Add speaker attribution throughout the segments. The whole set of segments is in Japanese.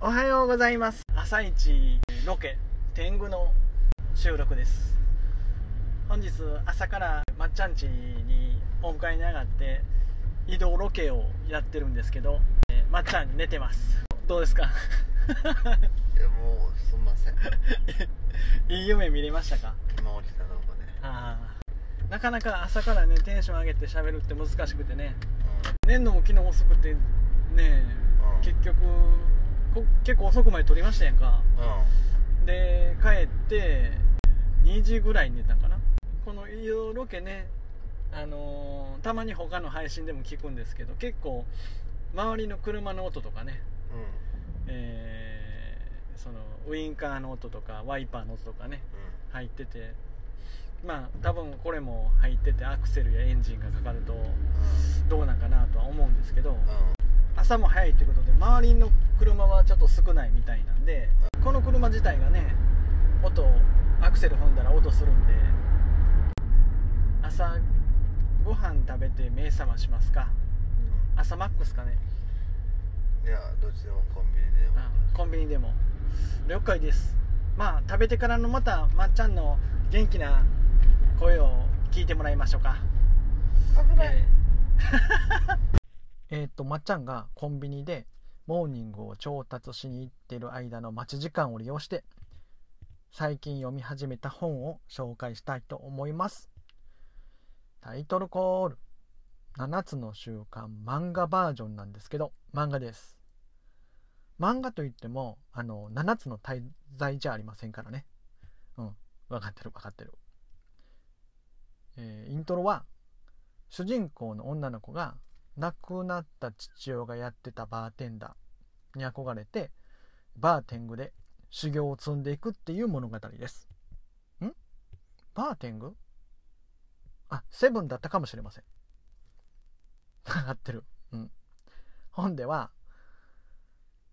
Speaker 1: おはようございます
Speaker 2: 朝一ロケ天狗の収録です本日朝からまっちゃん家にお迎えに上がって移動ロケをやってるんですけど、えーまっちゃん寝てますどうですか
Speaker 3: いやもうすんません
Speaker 2: いい夢見れましたか
Speaker 3: 今起きたとこで、
Speaker 2: あーなかなか朝からねテンション上げて喋るって難しくてね
Speaker 3: う
Speaker 2: 寝んのも昨日遅くてね
Speaker 3: うん
Speaker 2: 結局こ結構遅くまで撮りましたやんか
Speaker 3: んうん、
Speaker 2: で帰って2時ぐらいに寝たんかなこの移動ロケねあのーたまに他の配信でも聞くんですけど結構周りの車の音とかね、
Speaker 3: うん
Speaker 2: えーそのウインカーの音とかワイパーの音とかね入っててまあ多分これも入っててアクセルやエンジンがかかると
Speaker 3: う
Speaker 2: どうなんかなとは思うんですけど、
Speaker 3: んうん
Speaker 2: 朝も早いということで周りの車はちょっと少ないみたいなんでこの車自体がね音アクセル踏んだら音するんで朝ご飯食べて目覚ましますか朝マックスかね
Speaker 3: うんいやどっちでもコンビニでも
Speaker 2: あコンビニでも了解ですまあ食べてからのまたまっちゃんの元気な声を聞いてもらいましょうか
Speaker 3: 危
Speaker 2: えーえーっとまっちゃんがコンビニでモーニングを調達しに行ってる間の待ち時間を利用して最近読み始めた本を紹介したいと思いますタイトルコール7つの習慣漫画バージョンなんですけど漫画です漫画といってもあの7つの大罪じゃありませんからねうん分かってる分かってる、えーイントロは主人公の女の子が亡くなった父親がやってたバーテンダーに憧れてバーテングで修行を積んでいくっていう物語です。んバーテングあセブンだったかもしれません。合ってる。うん。本では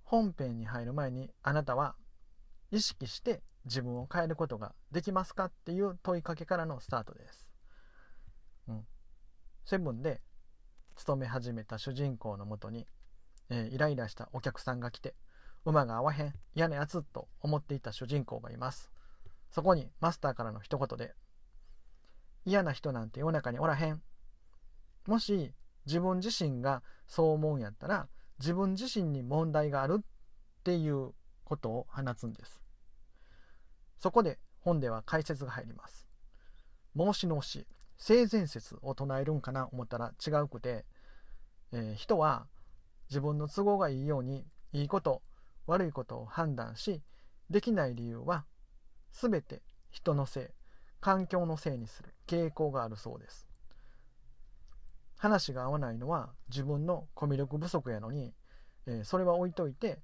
Speaker 2: 本編に入る前にあなたは意識して自分を変えることができますかっていう問いかけからのスタートです。セブンで勤め始めた主人公のもとに、えーイライラしたお客さんが来て馬が合わへん嫌なやつと思っていた主人公がいますそこにマスターからの一言で嫌な人なんて世の中におらへんもし自分自身がそう思うんやったら自分自身に問題があるっていうことを放つんですそこで本では解説が入ります孟子の教え性善説を唱えるんかな思ったら違うくて、えー人は自分の都合がいいようにいいこと悪いことを判断しできない理由は全て人のせい環境のせいにする傾向があるそうです話が合わないのは自分のコミュ力不足やのに、えーそれは置いといて、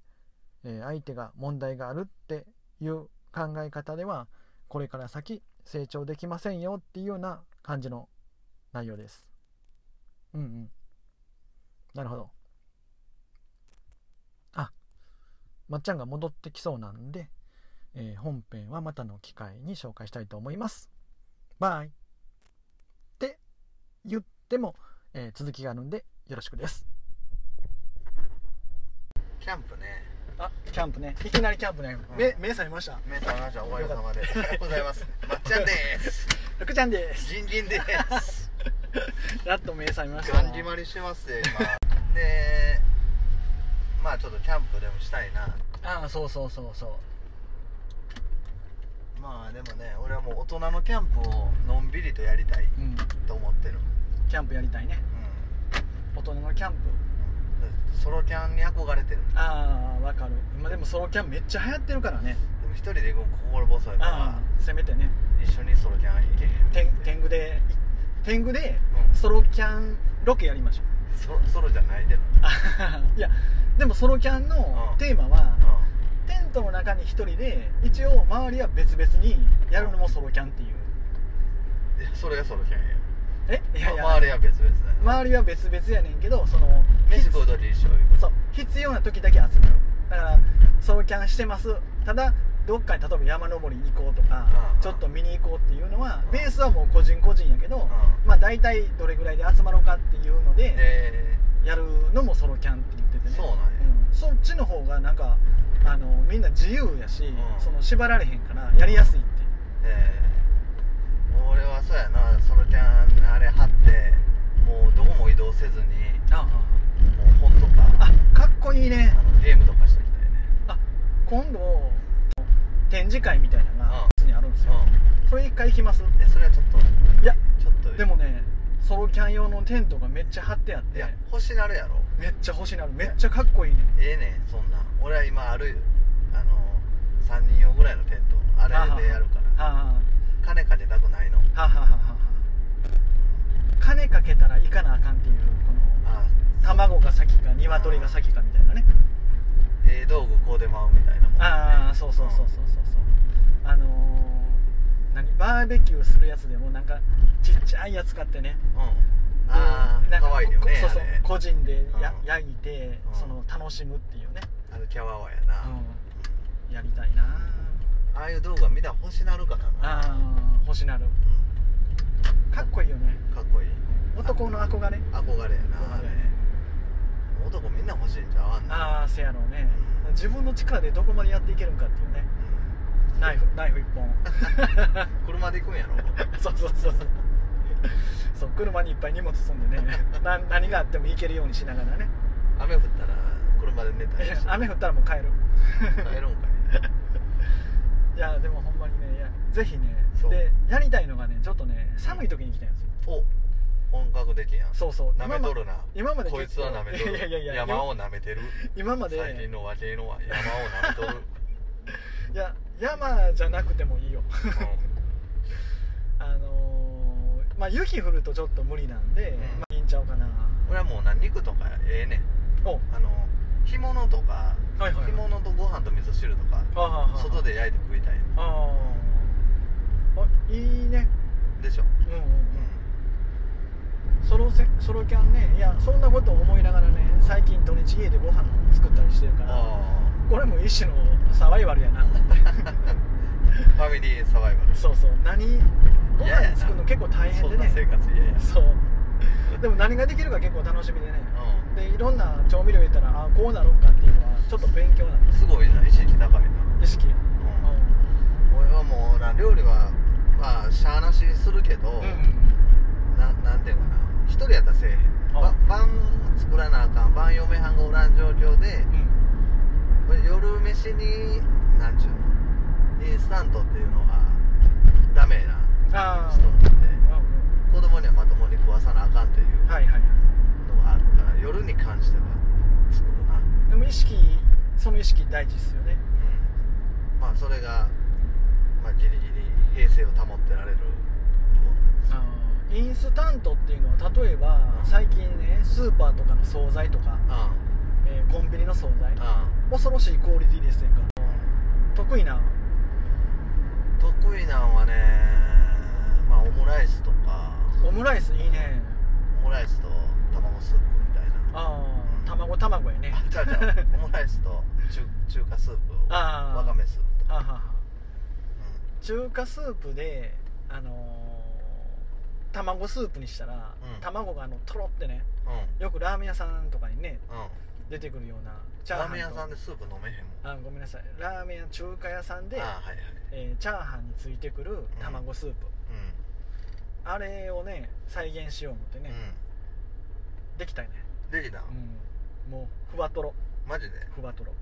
Speaker 2: えー相手が問題があるっていう考え方ではこれから先成長できませんよっていうような感じの内容ですうんうんなるほどあまっちゃんが戻ってきそうなんで、えー本編はまたの機会に紹介したいと思いますバイって言っても、えー続きがあるんでよろしくです
Speaker 3: キャンプね
Speaker 2: あキャンプねいきなりキャンプね、
Speaker 3: 目
Speaker 2: 目覚めました
Speaker 3: 皆さん話はおかげさまでおはようございますまっちゃんです
Speaker 2: ルクちゃんで
Speaker 3: じんじんです
Speaker 2: やっと目覚めま
Speaker 3: ガンジマリしてますよ今でまあちょっとキャンプでもしたいな
Speaker 2: ああそうそうそうそう
Speaker 3: まあでもね俺はもう大人のキャンプをのんびりとやりたい
Speaker 2: うん
Speaker 3: と思ってる
Speaker 2: キャンプやりたいね大人のキャンプ
Speaker 3: うんうんソロキャンに憧れてる
Speaker 2: ああわかる今でもソロキャンめっちゃ流行ってるからね
Speaker 3: でも一人で行くの心細いから
Speaker 2: ああせめてね
Speaker 3: 一緒にソロキャン行けへん
Speaker 2: 天天狗でい天狗で
Speaker 3: うん
Speaker 2: ソロキャンロケやりましょう
Speaker 3: ソロソロじゃないでの
Speaker 2: あは はいやでもソロキャンの
Speaker 3: うん
Speaker 2: テーマは
Speaker 3: う
Speaker 2: テントの中に一人で一応周りは別々にやるのもソロキャンっていうん
Speaker 3: いやそれがソロキャンや
Speaker 2: えいやいや
Speaker 3: ま周りは別々だよ
Speaker 2: 周りは別々やねんけどその
Speaker 3: 飯食う時一緒いうこと
Speaker 2: そう必要な時だけ集めるだからソロキャンしてますただどっかに例えば山登りに行こうとか
Speaker 3: うん
Speaker 2: ちょっと見に行こうっていうのは
Speaker 3: うん
Speaker 2: ベースはもう個人個人やけど
Speaker 3: うん
Speaker 2: まあ大体どれぐらいで集まろうかっていうので
Speaker 3: え
Speaker 2: やるのもソロキャンって言ってて
Speaker 3: ー、
Speaker 2: ね
Speaker 3: そうなんや
Speaker 2: うんそっちの方がなんかみんな自由やし、
Speaker 3: ん
Speaker 2: その縛られへんからやりやすいっていう
Speaker 3: えー、俺はそうやなソロキャンあれ貼ってもうどこも移動せずに
Speaker 2: あ
Speaker 3: もう本とか
Speaker 2: あかっこいい
Speaker 3: あ
Speaker 2: ね
Speaker 3: のゲームとかしときたいね
Speaker 2: 今度展示会みたいなの
Speaker 3: うん
Speaker 2: が普通にあるんですよ、それ一回行きます
Speaker 3: うんえそれはちょっと
Speaker 2: いや
Speaker 3: ちょっと
Speaker 2: でもねソロキャン用のテントがめっちゃ張ってあっ
Speaker 3: い
Speaker 2: て
Speaker 3: や欲しなるやろ
Speaker 2: めっちゃ星なるめっちゃかっこいいね
Speaker 3: ええねんそんなん俺は今あるあの3人用ぐらいのテントあれでやるから
Speaker 2: は
Speaker 3: 金かけたくないの
Speaker 2: あはあはあはあはあ金かけたらいかなあかんっていうこの
Speaker 3: あ
Speaker 2: 卵が先か鶏が先かみたいなね
Speaker 3: ええ道具こうで舞うみたいなもんね、
Speaker 2: ああそうそうそうそうそうそうあのー、何バーベキューするやつでもなんかちっちゃいやつ買ってね
Speaker 3: うんあ
Speaker 2: な
Speaker 3: あ
Speaker 2: んか
Speaker 3: かわいいよね
Speaker 2: こそうそう
Speaker 3: あれ
Speaker 2: 個人でや、
Speaker 3: うん
Speaker 2: 焼いて
Speaker 3: うん
Speaker 2: その楽しむっていうね、
Speaker 3: あのキャワワやな、
Speaker 2: やりたいな
Speaker 3: ああいう動画見たら欲しなるからな
Speaker 2: ああ星なる
Speaker 3: う
Speaker 2: かっこいいよね
Speaker 3: んかっこいい
Speaker 2: 男の憧れ
Speaker 3: 憧れやな
Speaker 2: 憧
Speaker 3: あ
Speaker 2: れ
Speaker 3: れ男みんな欲しいんちゃうあんな
Speaker 2: ああせやろうね
Speaker 3: うん
Speaker 2: 自分の力でどこまでやっていけるんかっていうねナイフナイフ一 本
Speaker 3: うん車で行くんやろ
Speaker 2: そうそうそうそうそう車にいっぱい荷物積んでねな何があっても行けるようにしながらね
Speaker 3: 雨降ったら車で寝たりし て
Speaker 2: 雨降ったらもう帰る
Speaker 3: 帰ろんかい
Speaker 2: いやでもほんまにねいやぜひね
Speaker 3: そう
Speaker 2: でやりたいのがねちょっとね寒い時に行きたいんですよ
Speaker 3: お本格的やん
Speaker 2: そうそう
Speaker 3: なめとるな
Speaker 2: 今まで
Speaker 3: こいつはなめとる
Speaker 2: いやいやいや
Speaker 3: 山をなめてる
Speaker 2: 今まで
Speaker 3: 最近の若いのは山をなめとる、
Speaker 2: いや山じゃなくてもいいよ
Speaker 3: う
Speaker 2: あのー、まあ雪降るとちょっと無理なんで、
Speaker 3: ん、
Speaker 2: まあ、いいんちゃうかなん
Speaker 3: 俺はもうな肉とかええねん
Speaker 2: お
Speaker 3: あの干物とか
Speaker 2: はいはいはい
Speaker 3: 干物とご飯と味噌汁とか
Speaker 2: ああああ
Speaker 3: 外で焼いて食いたい
Speaker 2: あああいいね
Speaker 3: でしょ
Speaker 2: うんうんうんソロせソロキャンねいやそんなこと思いながらね最近土日家でご飯作ったりしてるから
Speaker 3: あ
Speaker 2: これも一種のサバイバルや な
Speaker 3: あファミリーサバイバル
Speaker 2: そうそう何ご
Speaker 3: 嫌や
Speaker 2: 飯
Speaker 3: な
Speaker 2: 作るの結構大変でね
Speaker 3: そんな生活嫌や
Speaker 2: そうでも何ができるか結構楽しみでねでいろんな調味料入れたらあこうなるんかっていうのはちょっと勉強なん
Speaker 3: う
Speaker 2: で
Speaker 3: ん
Speaker 2: す
Speaker 3: すごいな意識高いな、
Speaker 2: 意識
Speaker 3: う
Speaker 2: うん
Speaker 3: ん俺はもうな料理はまあしゃあなしするけど、
Speaker 2: うんうん
Speaker 3: ななんていうかな一人やったらせえへん
Speaker 2: あ
Speaker 3: ば晩作らなあかん晩嫁はんがおらん状況で
Speaker 2: うん
Speaker 3: 俺夜飯になんちゅうのインスタントっていうのがダメな
Speaker 2: ああ
Speaker 3: 人なんで
Speaker 2: うん
Speaker 3: 子供にはまともに食わさなあかんっていう
Speaker 2: うんはいはい
Speaker 3: のがあるから夜に関しては作るな
Speaker 2: でも意識その意識大事ですよね
Speaker 3: うんまあそれが、まあ、ギリギリ平静を保ってられる部分なんですよ
Speaker 2: インスタントっていうのは例えば
Speaker 3: うん
Speaker 2: 最近ねスーパーとかの惣菜とか、
Speaker 3: あ
Speaker 2: えーコンビニの惣菜
Speaker 3: ああ
Speaker 2: 恐ろしいクオリティですやんか
Speaker 3: あ
Speaker 2: 得意な
Speaker 3: 得意なんはねまあオムライスとか
Speaker 2: オムライスいいね
Speaker 3: オムライスと卵スープみたいな
Speaker 2: ああ卵卵やね
Speaker 3: あちゃうちゃうオムライスと中中華スープ
Speaker 2: あー
Speaker 3: わかめスープと
Speaker 2: あ
Speaker 3: か、
Speaker 2: はは
Speaker 3: う
Speaker 2: 中華スープであのー卵スープにしたら、
Speaker 3: うん
Speaker 2: 卵があのとろってね
Speaker 3: んうん
Speaker 2: よくラーメン屋さんとかにね
Speaker 3: うん
Speaker 2: 出てくるようなチ
Speaker 3: ラーメン屋
Speaker 2: と
Speaker 3: さんでスープ飲めへんも
Speaker 2: あ
Speaker 3: ん
Speaker 2: ごめんなさいラーメン屋中華屋さんで、
Speaker 3: あーはいはい
Speaker 2: えーチャーハンについてくる卵スープ、あれをね再現しよう思って
Speaker 3: うん、
Speaker 2: ね、できたよね、
Speaker 3: うん、できた、
Speaker 2: うん、もうふわとろ
Speaker 3: マジで
Speaker 2: ふわとろ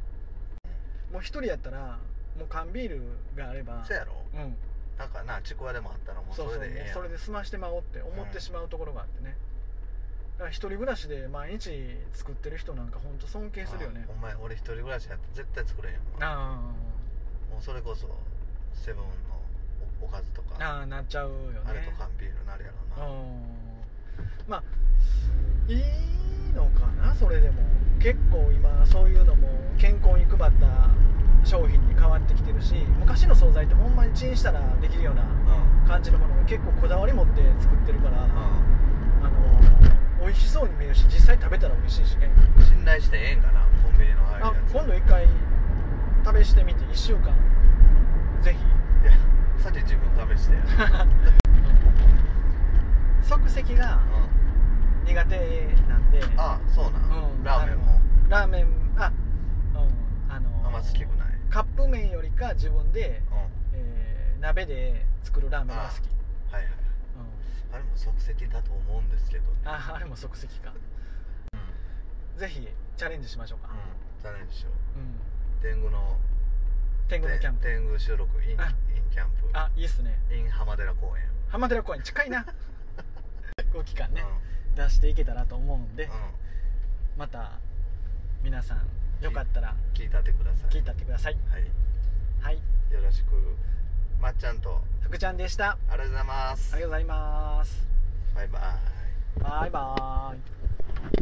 Speaker 2: もう一人やったらもう缶ビールがあれば
Speaker 3: そやろ
Speaker 2: うん
Speaker 3: なんかなちくわでもあったらもう
Speaker 2: そ
Speaker 3: そう
Speaker 2: そう
Speaker 3: れでええ
Speaker 2: もう
Speaker 3: やん
Speaker 2: それで済ましてまおうって思ってしまうところがあってね、だから一人暮らしで毎日作ってる人なんか本当尊敬するよね
Speaker 3: お前俺一人暮らしやったら絶対作れへんもん
Speaker 2: あ
Speaker 3: もうそれこそセブンのおおかずとか
Speaker 2: ーあーなっちゃうよね
Speaker 3: あれと缶ビールなるやろな、
Speaker 2: うんまあいいのかなそれでも結構今そういうのも健康に配った商品に変わってきてるし昔の惣菜ってほんまにチンしたらできるような
Speaker 3: うん
Speaker 2: 感じのものを結構こだわり持って作ってるから、
Speaker 3: う
Speaker 2: あの美味しそうに見えるし実際食べたら美味しいしね
Speaker 3: ん信頼してええんかなコンビニのああいう
Speaker 2: あ
Speaker 3: やつ
Speaker 2: 今度一回試してみて1週間ぜひ
Speaker 3: いやさっき自分 試してや
Speaker 2: 即席が
Speaker 3: うん
Speaker 2: 苦手なんで
Speaker 3: ああそうなん、
Speaker 2: うん
Speaker 3: ラーメンも
Speaker 2: ラーメンあうんあの
Speaker 3: あんま好きくない
Speaker 2: カップ麺よりか自分で、
Speaker 3: うんは
Speaker 2: えー鍋で作るラーメンが好き
Speaker 3: いはいあれも即席だと思うんですけどね
Speaker 2: あ,、うん、ああれも即席か
Speaker 3: うん
Speaker 2: ぜひチャレンジしましょうか、
Speaker 3: うん残念でしょ
Speaker 2: うん、
Speaker 3: 天狗の
Speaker 2: 天狗のキャンプ
Speaker 3: て天狗収録インイン
Speaker 2: あ
Speaker 3: キャンプ
Speaker 2: あいいっすね
Speaker 3: イン浜寺公園
Speaker 2: 浜寺公園近い なご期間ね
Speaker 3: うん、
Speaker 2: 出していけたらと思うんで、
Speaker 3: う
Speaker 2: また皆さんよかったら
Speaker 3: ん、聞いたってください
Speaker 2: 聞いたってください
Speaker 3: はい
Speaker 2: はい
Speaker 3: よろしくまっちゃんと
Speaker 2: 福ちゃんでした
Speaker 3: ありがとうございま
Speaker 2: あ
Speaker 3: す
Speaker 2: りがとうございます
Speaker 3: バイバイ
Speaker 2: バイバーイ